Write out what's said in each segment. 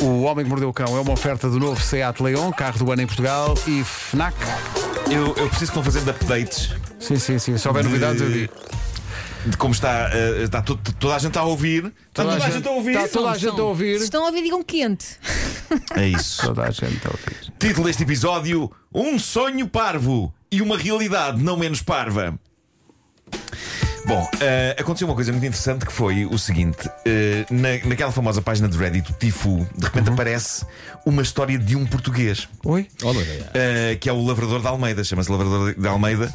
O Homem que Mordeu o Cão é uma oferta do novo Seat Leon, carro do ano em Portugal e FNAC. Eu, eu preciso que vão fazendo updates Sim, sim, sim. Se houver De- novidades, eu digo. de como está. eh, está to- toda a gente a ouvir. Está toda, a gente, a ouvir. Está toda a Som, gente som. a ouvir. Se estão a ouvir, digam quente. É isso. Toda a gente a ouvir. Título deste episódio: Um sonho parvo e uma realidade não menos parva. Bom, eh, aconteceu uma coisa muito interessante que foi o seguinte: eh, na- naquela famosa página de Reddit, o Tifu, de repente Uhum. aparece uma história de um português. Oi? Oh, Uh, que é o Lavrador de Almeida, chama-se Lavrador de Almeida.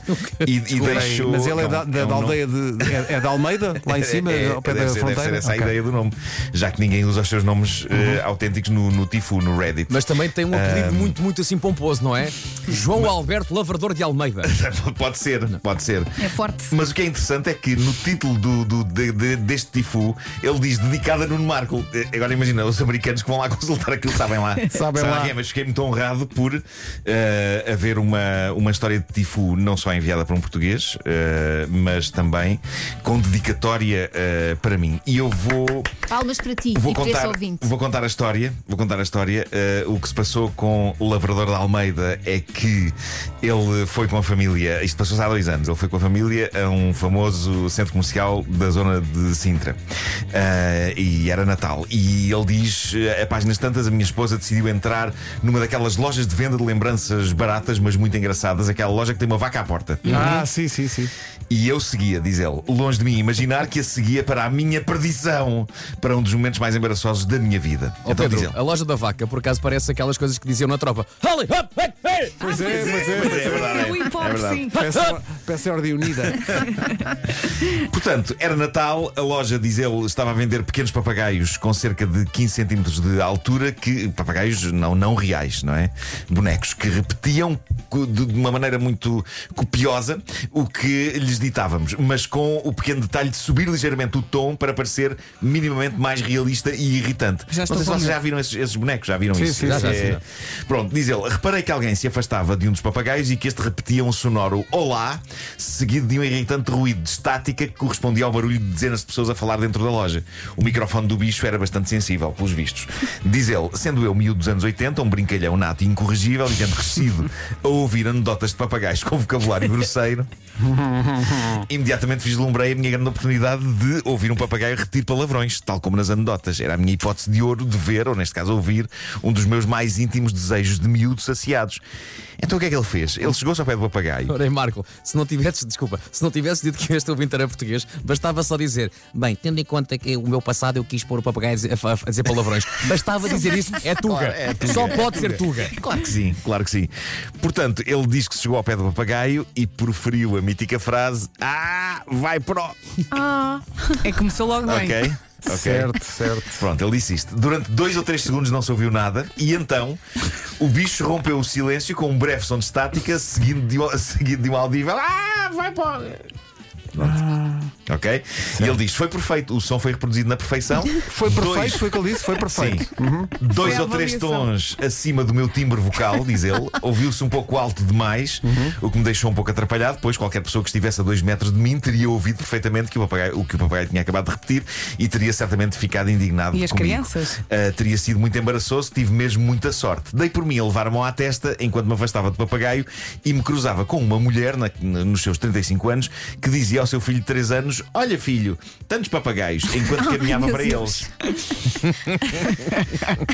E, e deixou. Mas ele é não, um da, da- não, da não. aldeia de. É, é da Almeida, lá em cima, É, é, ao pé deve da ser, fronteira. Deve ser essa Ok. Uhum. a ideia do nome, já que ninguém usa os seus nomes uh, autênticos no, no Tifu, no Reddit. Mas também tem um apelido muito, muito assim pomposo, não é? João Alberto Lavrador de Almeida. Então, pode ser, pode ser. É forte. Mas o que é interessante é que no título do, do- de- de- deste Tifu ele diz dedicada a Nuno Marco. Eh, Agora imagina, os americanos que vão lá consultar aquilo sabem lá. Sabem lá. quem é, mas fiquei muito honrado por eh, haver uma, uma história de Tifu não só enviada para um português, eh, mas também com dedicatória eh, para mim. E eu vou. Palmas para ti Vou e para esse contar, ouvinte. vou contar a história. Vou contar a história. Eh, o que se passou com o lavrador da Almeida é que ele foi com a família. Isto passou-se há dois anos. Ele foi com a família a um famoso centro comercial da zona de Sintra. Eh, e era Natal. E ele diz: eh, a páginas tantas, a minha esposa decidiu entrar numa daquelas lojas de venda de lembranças baratas, mas muito engraçadas. Aquela loja que tem uma vaca à porta. Ah, sim, sim, sim. E eu seguia, diz ele, longe de mim imaginar que a seguia para a minha perdição, para um dos momentos mais embaraçosos da minha vida. Ó então diz Oh, Pedro, ele. a loja da vaca, por acaso, parece aquelas coisas que diziam na tropa. Holly, hop, hey, hey! Pois é, pois é. Pois é, é verdade, Eu é, importo, é verdade. sim. Peça, peça ordem unida. Portanto, era Natal, a loja, diz ele, estava a vender pequenos papagaios com cerca de 15 centímetros de altura, que papagaios não, não reais, não é? Bonecos, que repetiam co- de de uma maneira muito copiosa o que lhes ditávamos, mas com o pequeno detalhe de subir ligeiramente o tom para parecer minimamente mais realista e irritante. Já não estou sei se com vocês medo. já viram esses, esses bonecos, já viram Sim, isso? sim, Isso sim, é- sim. Pronto, diz ele, reparei que alguém se afastava de um dos papagaios e que este repetia um sonoro olá, seguido de um irritante ruído de estática que correspondia ao barulho de dezenas de pessoas a falar dentro da loja. O microfone do bicho era bastante sensível, pelos vistos. Diz ele, sendo eu miúdo dos anos 80, um brincalhão nato e incorrigível e tendo crescido a ouvir anedotas de papagaios com vocabulário grosseiro, imediatamente vislumbrei a minha grande oportunidade de ouvir um papagaio repetir palavrões, tal como nas anedotas. Era a minha hipótese de ouro de ver, ou neste caso ouvir, um dos meus mais íntimos desejos de miúdo saciados. Então o que é que ele fez? Ele chegou-se ao pé do papagaio. Ora, Marco, se não tivesses, desculpa, se não tivesses dito que este ouvinte era português, bastava só dizer, bem, tendo em conta que o meu passado eu quis pôr o papagaio a dizer, a- a dizer palavrões, bastava dizer isso, é tuga. Claro, é tuga, só é pode ser tuga. Claro que sim, claro que sim. Portanto, ele diz que chegou ao pé do papagaio e proferiu a mítica frase: Ah, vai pro. Ah, É que começou logo bem. Ok? Ok. Certo, certo. Pronto, ele disse isto. Durante dois ou três segundos não se ouviu nada e então o bicho rompeu o silêncio com um breve som de estática, seguido de, um- seguido de um audível. Ah, vai para. Ok? E ele diz: foi perfeito, o som foi reproduzido na perfeição. Foi perfeito, Dois- foi o que ele disse, foi perfeito. Sim. Uhum. Dois Foi a ou três avaliação. tons acima do meu timbre vocal, diz ele. Ouviu-se um pouco alto demais, Uhum. o que me deixou um pouco atrapalhado. Pois qualquer pessoa que estivesse a dois metros de mim teria ouvido perfeitamente que o, papagaio, o que o papagaio tinha acabado de repetir e teria certamente ficado indignado. E as comigo. crianças? Uh, teria sido muito embaraçoso, tive mesmo muita sorte. Dei por mim a levar a mão à testa enquanto me afastava de papagaio e me cruzava com uma mulher na- na- nos seus 35 anos que dizia ao seu filho de 3 anos: Olha, filho, tantos papagaios, enquanto caminhava meu para Deus. eles.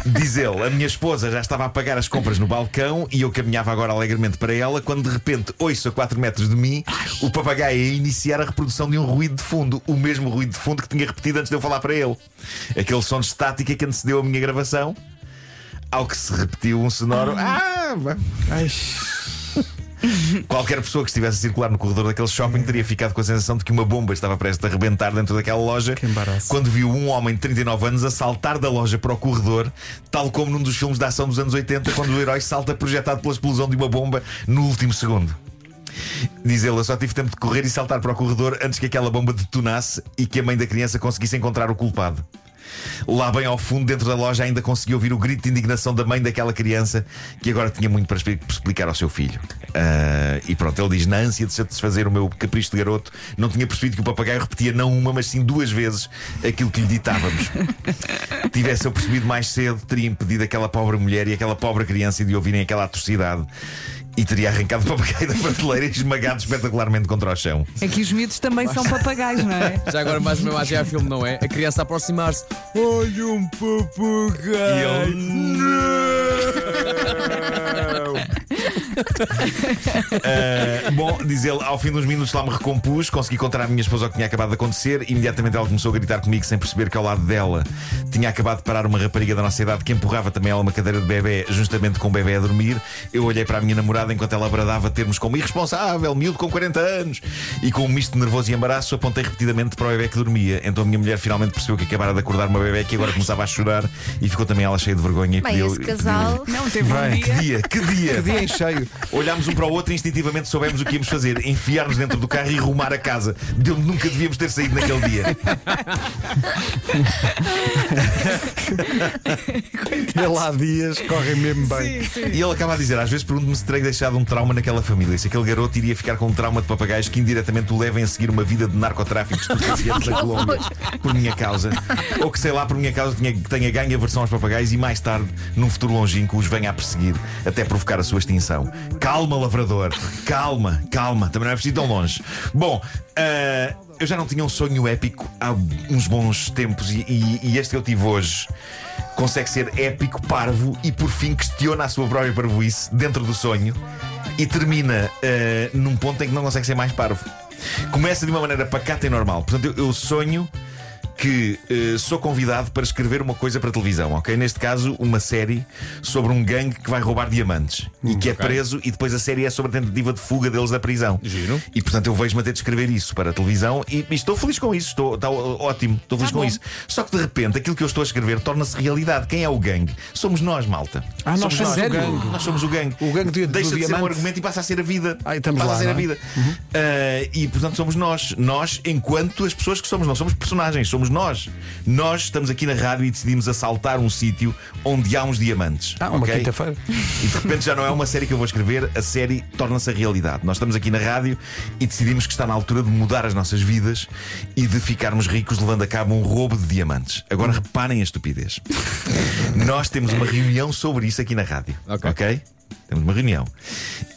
Diz ele: A minha esposa já estava a pagar as compras no balcão e eu caminhava agora alegremente para ela, quando de repente, 8 a 4 metros de mim, o papagaio ia iniciar a reprodução de um ruído de fundo, o mesmo ruído de fundo que tinha repetido antes de eu falar para ele. Aquele som de estática que antecedeu a minha gravação, ao que se repetiu um sonoro. Ah, vai- Ai, Qualquer pessoa que estivesse a circular no corredor daquele shopping teria ficado com a sensação de que uma bomba estava prestes a arrebentar dentro daquela loja embaraço. quando viu um homem de 39 anos a saltar da loja para o corredor, tal como num dos filmes de ação dos anos 80, quando o herói salta projetado pela explosão de uma bomba no último segundo. Diz ele, eu só tive tempo de correr e saltar para o corredor antes que aquela bomba detonasse e que a mãe da criança conseguisse encontrar o culpado. Lá bem ao fundo, dentro da loja, ainda consegui ouvir o grito de indignação da mãe daquela criança que agora tinha muito para expli- explicar ao seu filho. Ah, e pronto, ele diz: na ânsia de satisfazer o meu capricho de garoto, não tinha percebido que o papagaio repetia não uma, mas sim duas vezes aquilo que lhe ditávamos. Tivesse eu percebido mais cedo, teria impedido aquela pobre mulher e aquela pobre criança de ouvirem aquela atrocidade e teria arrancado o papagaio da prateleira e esmagado espetacularmente contra o chão. É que os miúdos também são papagaios, não é? Já agora mais uma imagem ao filme, não é? A criança a aproximar-se. Olha um E papagaio. ele. "Não!" Ah, bom, diz ele, ao fim de uns minutos lá me recompus, consegui contar à minha esposa o que tinha acabado de acontecer. Imediatamente ela começou a gritar comigo sem perceber que ao lado dela tinha acabado de parar uma rapariga da nossa idade que empurrava também ela uma cadeira de bebê, justamente com o bebê a dormir. Eu olhei para a minha namorada enquanto ela bradava termos como irresponsável, miúdo com 40 anos. E com um misto de nervoso e embaraço, apontei repetidamente para o bebê que dormia. Então a minha mulher finalmente percebeu que acabara de acordar uma bebê que agora começava a chorar e ficou também ela cheia de vergonha e Bem, pediu. esse casal. Não, teve um Bem. Que dia. dia, que dia! Que dia em cheio. Olhámos um para o outro e instintivamente soubemos o que íamos fazer: enfiar-nos dentro do carro e rumar a casa. De onde nunca devíamos ter saído naquele dia. E lá dias correm mesmo bem. Sim, sim. E ele acaba a dizer: às vezes pergunto-me se terei deixado um trauma naquela família, se aquele garoto iria ficar com um trauma de papagaios que indiretamente o levem a seguir uma vida de narcotráfico estupefaciente da Colômbia por minha causa. Ou que, sei lá, por minha causa tenha, tenha ganho aversão aos papagaios e mais tarde, num futuro longínquo, os venha a perseguir até provocar a sua extinção. Calma, lavrador, calma, calma, também não é preciso ir tão longe. Bom, ah, eu já não tinha um sonho épico há uns bons tempos e, e- e este que eu tive hoje consegue ser épico, parvo e por fim questiona a sua própria parvoíce dentro do sonho e termina eh, num ponto em que não consegue ser mais parvo. Começa de uma maneira pacata e normal. Portanto, eu, eu sonho que eh, sou convidado para escrever uma coisa para televisão, ok? Neste caso, uma série sobre um gangue que vai roubar diamantes Hum, e que é preso, e depois a série é sobre a tentativa de fuga deles da prisão. Giro. E portanto eu vejo-me a ter de escrever isso para a televisão e, e estou feliz com isso, estou tá, ó- ótimo, estou feliz com isso. Só que de repente aquilo que eu estou a escrever torna-se realidade. Quem é o gangue? Somos nós, malta. Ah, nós somos somos o gangue. Nós somos o gangue. O gangue do- do Deixa de ser um diamante. argumento e passa a ser a vida. Ah, e estamos passa lá, a ser a não é? vida. Ah, e portanto somos nós. Nós, enquanto as pessoas que somos, não somos personagens, somos nós. Nós estamos aqui na rádio e decidimos assaltar um sítio onde há uns diamantes. Ah, uma ok? quinta-feira. E de repente já não é uma série que eu vou escrever, a série torna-se a realidade. Nós estamos aqui na rádio e decidimos que está na altura de mudar as nossas vidas e de ficarmos ricos levando a cabo um roubo de diamantes. Agora reparem a estupidez. Nós temos uma reunião sobre isso aqui na rádio. Ok. ok? Temos uma reunião.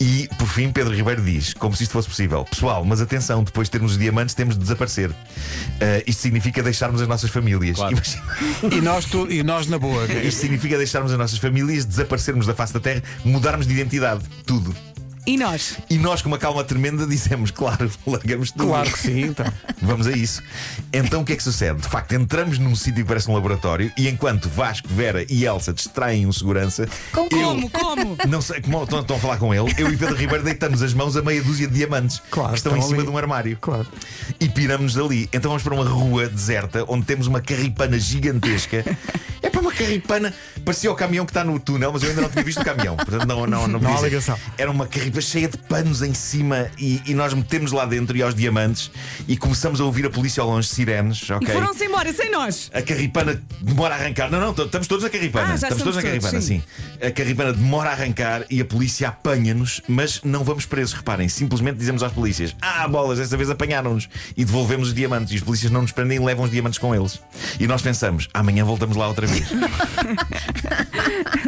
E, por fim, Pedro Ribeiro diz, como se isto fosse possível: Pessoal, mas atenção, depois de termos os diamantes, temos de desaparecer. Ah, isto significa deixarmos as nossas famílias. Claro. Imagina- E nós, tu, e nós na boa. né? isto significa deixarmos as nossas famílias, desaparecermos da face da terra, mudarmos de identidade, tudo. E nós? E nós, com uma calma tremenda, dissemos: claro, largamos tudo. Claro que sim, então. Vamos a isso. Então o que é que sucede? De facto, entramos num sítio que parece um laboratório e enquanto Vasco, Vera e Elsa distraem um segurança. Com eu- Como? Como? Não sei como estão, estão a falar com ele. Eu e Pedro Ribeiro deitamos as mãos a meia dúzia de diamantes Claro, que estão, em estão cima ali. de um armário. Claro. E piramos dali. Então vamos para uma rua deserta onde temos uma carripana gigantesca. É para uma carripana, parecia o caminhão que está no túnel, mas eu ainda não tinha visto o caminhão. Portanto, não, não, Não não, há podia ser. ligação. Era uma carripa cheia de panos em cima e, e nós metemos lá dentro e aos diamantes e começamos a ouvir a polícia ao longe sirenes, E ok? foram-se embora sem nós. A carripana demora a arrancar. Não, não, t- estamos todos na carripana. Ah, já estamos todos na estamos todos, carripana, sim. sim. A carripana demora a arrancar e a polícia apanha-nos, mas não vamos presos, reparem. Simplesmente dizemos aos polícias: Ah, bolas, desta vez apanharam-nos e devolvemos os diamantes. E os polícias não nos prendem e levam os diamantes com eles. E nós pensamos: amanhã voltamos lá outra vez.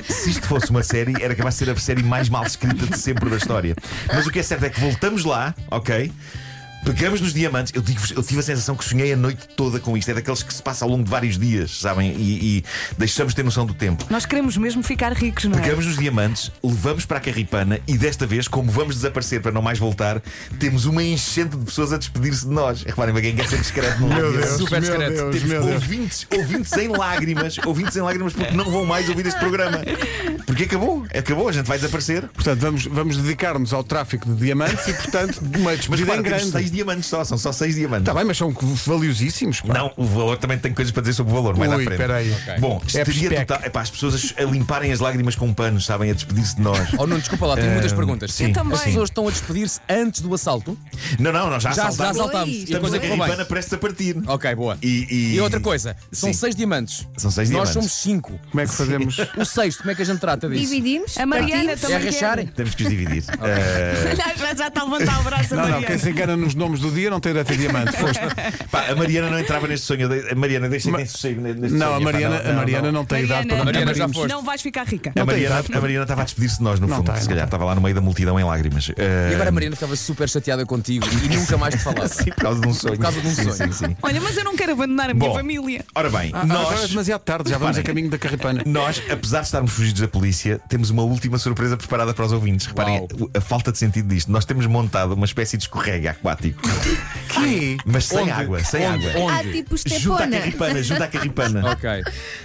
Se isto fosse uma série, era capaz de ser a série mais mal escrita de sempre da história. Mas o que é certo é que voltamos lá, ok? Pegamos nos diamantes, eu, digo-vos, eu tive a sensação que sonhei a noite toda com isto. É daqueles que se passa ao longo de vários dias, sabem? E, e deixamos de ter noção do tempo. Nós queremos mesmo ficar ricos, não é? Pegamos nos diamantes, levamos para a carripana e desta vez, como vamos desaparecer para não mais voltar, temos uma enchente de pessoas a despedir-se de nós. Reparem bem, quem quer ser discreto não Meu leva Deus, isso. Super meu secreto. Deus, meu Temos Deus. ouvintes, ouvintes em lágrimas, ouvintes em lágrimas porque não vão mais ouvir este programa. Porque acabou, acabou, a gente vai desaparecer. Portanto, vamos, vamos dedicar-nos ao tráfico de diamantes e, portanto, uma Mas despedida repara, em temos grande. seis 6 diamantes só, são só 6 diamantes. Está bem, mas são valiosíssimos. pá. Não, o valor também tem coisas para dizer sobre o valor, mais Ui, à frente. peraí. É Bom, histeria spec. total. Epá, as pessoas a limparem as lágrimas com panos, sabem, a despedir-se de nós. Hum, Oh, não, desculpa lá, tenho muitas perguntas. sim, Eu também. As pessoas estão a despedir-se antes do assalto. Não, não, nós já, Já, já assaltámos. assaltámos. E a Estamos coisa a correu caravana bem. prestes a partir. Ok, boa. E- e- outra coisa, são Sim. seis diamantes. São seis Nós diamantes. somos cinco. Como é que fazemos? O sexto, como é que a gente trata disso? Dividimos. A Mariana partimos. É também. rachar? quer. Temos que os dividir. Eh, Já, já- já está a levantar o braço a Não, não, Mariana. quem se engana nos nomes do dia não tem direito a diamante. Foste. pá, a Mariana não entrava neste sonho. A Mariana, deixa quem sossego ne- neste Não, a sonho. Epá, Mariana, a Mariana não tem idade para Mariana já camarim. foste. Não vais ficar rica. A tem Mariana, idade. a Mariana estava a despedir-se de nós, no Não fundo. tem, se não calhar estava lá no meio da multidão em lágrimas. Eh, E agora a Mariana ficava super chateada contigo e nunca mais te falava. Sim, por causa de um sonho. Por causa de um Sim, sim, sonho. sim. Olha, mas eu não quero abandonar a minha Bom, família. Ora bem, Ah, nós. Agora é demasiado tarde, já vamos a Reparem. caminho da carripana. Nós, apesar de estarmos fugidos da polícia, temos uma última surpresa preparada para os ouvintes. Reparem Uau. a, a falta de sentido disto. Nós temos montado uma espécie de escorrega aquático, Que? mas sem Onde? água, sem Onde? água. Há Onde? tipo Junta à estepona. carripana, junta à carripana. Ok.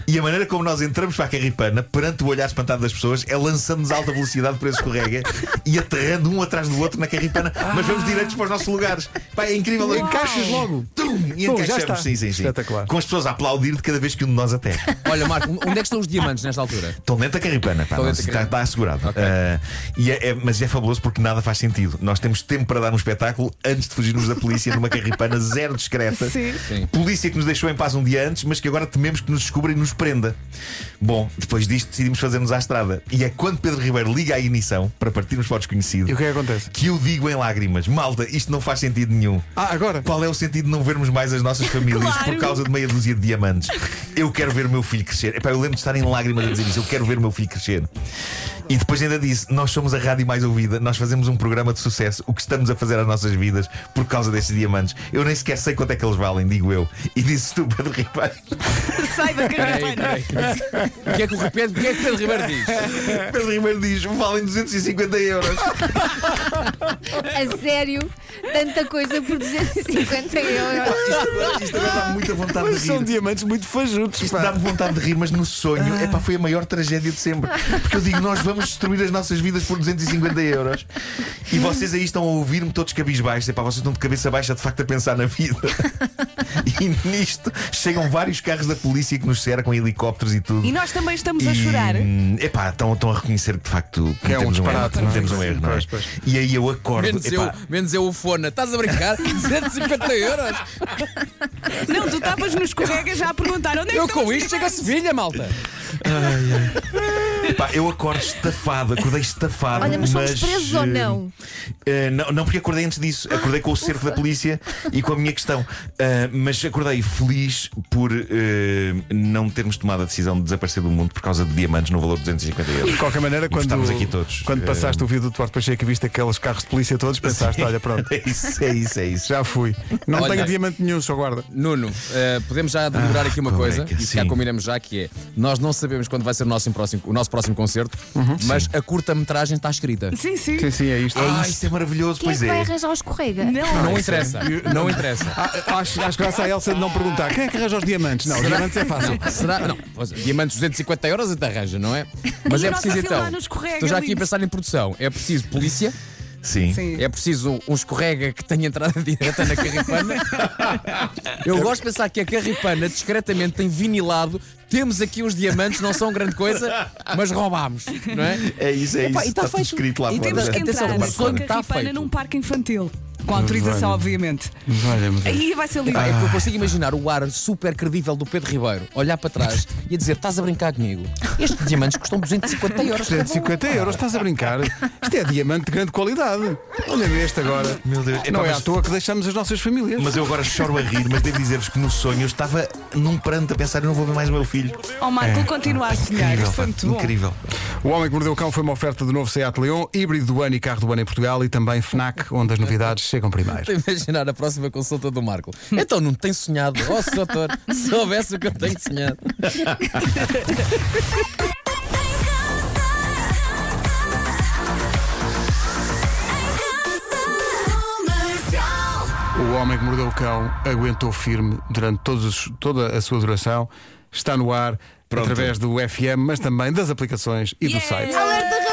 E a maneira como nós entramos para a carripana, perante o olhar espantado das pessoas, é lançando-nos a alta velocidade por esse escorrega e aterrando um atrás do outro na carripana, mas vamos direitos para os nossos lugares. Pá, é incrível. Encaixas logo. Tum! E Bom, já está. encaixamos, sim, sim, sim. Espetacular. Com as pessoas a aplaudir de cada vez que um de nós aterra. Olha, Marco, onde é que estão os diamantes nesta altura? Estão dentro da carripana, pá, Estão não, dentro da está, carripana. está assegurado. Ok. Ah, e é- é- mas é fabuloso porque nada faz sentido. Nós temos tempo para dar um espetáculo antes de fugirmos da polícia numa carripana zero discreta. Sim. Sim. Polícia que nos deixou em paz um dia antes, mas que agora tememos que nos descubra e nos prenda. Bom, depois disto decidimos fazer-nos à estrada. E é quando Pedro Ribeiro liga à ignição para partirmos para o desconhecido E o que é que acontece? que eu digo em lágrimas: Malta, isto não faz sentido nenhum. Ah, agora? Qual é o sentido de não vermos mais as nossas famílias Claro. por causa de meia dúzia de diamantes? Eu quero ver o meu filho crescer. Epá, eu lembro de estar em lágrimas a dizer isso. Eu quero ver o meu filho crescer. E depois ainda disse: Nós somos a rádio mais ouvida, nós fazemos um programa de sucesso. O que estamos a fazer às nossas vidas por causa destes diamantes? Eu nem sequer sei quanto é que eles valem, digo eu. E disse tu, Pedro Ribeiro. Sai da Peraí, carripana. peraí. O que é que o Pedro, o que é que Pedro Ribeiro diz? Pedro Ribeiro diz: Valem 250 euros. A sério, tanta coisa por 250 euros. Isto agora- Isto agora dá muita vontade Mas de rir. são diamantes muito fajutos, Tipo, Isto pá. dá-me vontade de rir, mas no Ah. sonho epá, foi a maior tragédia de sempre. Porque eu digo, nós vamos destruir as nossas vidas por 250 euros e vocês aí estão a ouvir-me todos cabisbaixos. Epá, vocês estão de cabeça baixa de facto a pensar na vida. E nisto chegam vários carros da polícia que nos cercam, helicópteros e tudo. E nós também estamos a chorar. hum, Epá, estão, estão a reconhecer que de facto Que é um cometemos erro. disparate, não é? cometemos um erro, não é? Pois, pois. E aí eu acordo. Menos eu, epá, menos eu o fona. Estás a brincar? 250 euros? Não, tu estavas nos escorrega já a perguntar onde é que Eu estão com os isto chego a diamantes? Sevilha, malta. Pá, eu acordo estafado, acordei estafado. Olha, mas fomos presos ou eh, não? Ah. eh, não? Não, porque acordei antes disso. Acordei com o cerco da polícia e com a minha questão. Ah, mas acordei feliz por eh, não termos tomado a decisão de desaparecer do mundo por causa de diamantes no valor de 250 euros. De qualquer maneira, quando, estamos aqui todos. quando passaste o viaduto do Porto Pacheco e viste aqueles carros de polícia todos, pensaste, Tá, olha, pronto, É isso, é isso, é isso. já fui. Não Olha. tenho diamante nenhum, só guarda. Nuno, eh, podemos já Ah, deliberar aqui uma como é coisa que- e se já sim. combinamos já que é nós não sabemos quando vai ser o nosso próximo, o nosso próximo concerto, mas a curta-metragem está escrita. Uhum. Sim, sim. Sim, sim, é isto. Ah, isto é maravilhoso, Quem é pois que vai é. arranjar os escorrega? Não, Não é interessa, não interessa. Ah, acho, acho graça a Elsa de não perguntar quem é que arranja os diamantes. Não, os diamantes é fácil. Será? Não, pois, diamantes 250 euros até arranja, não é? Mas E é a nossa preciso fila então. lá no escorrega, Estou já aqui a lindo. pensar em produção. É preciso polícia, Sim. Sim. é preciso um escorrega que tenha entrada direta na carripana. Eu gosto de pensar que a carripana discretamente tem vinilado. Temos aqui os diamantes, não são grande coisa, mas roubámos, não é? É isso, é Epá, isso. então e tá tudo feito. escrito lá E fora. Temos que Atenção, entrar o barco na está carripana feito. num parque infantil. Com autorização, Vale. obviamente. Olha-me. Aí vai ser lindo. Pá, é porque eu consigo imaginar o ar super credível do Pedro Ribeiro olhar para trás e a dizer: estás a brincar comigo? Estes diamantes custam 250 é euros. cada um." 250 é euros, estás a brincar? Isto é diamante de grande qualidade. Olha-me este agora. Meu Deus. Epá, Não é mas- à toa que deixamos as nossas famílias. Mas eu agora choro a rir, mas devo dizer-vos que no sonho eu estava num pranto a pensar: eu não vou ver mais o meu filho. Oh, Marco, continua a sonhar. Isto foi muito bom. incrível. O Homem que Mordeu o Cão foi uma oferta do novo Seat Leon, híbrido do ano e carro do ano em Portugal e também FNAC, onde as novidades chegam primeiro. Estou a imaginar a próxima consulta do Marco. Então não tem sonhado. Oh, Sr. doutor, se soubesse o que eu tenho sonhado. O Homem que Mordeu o Cão aguentou firme durante todos os- toda a sua duração. Está no ar através do FM, mas também das aplicações e do site. Tá Alerta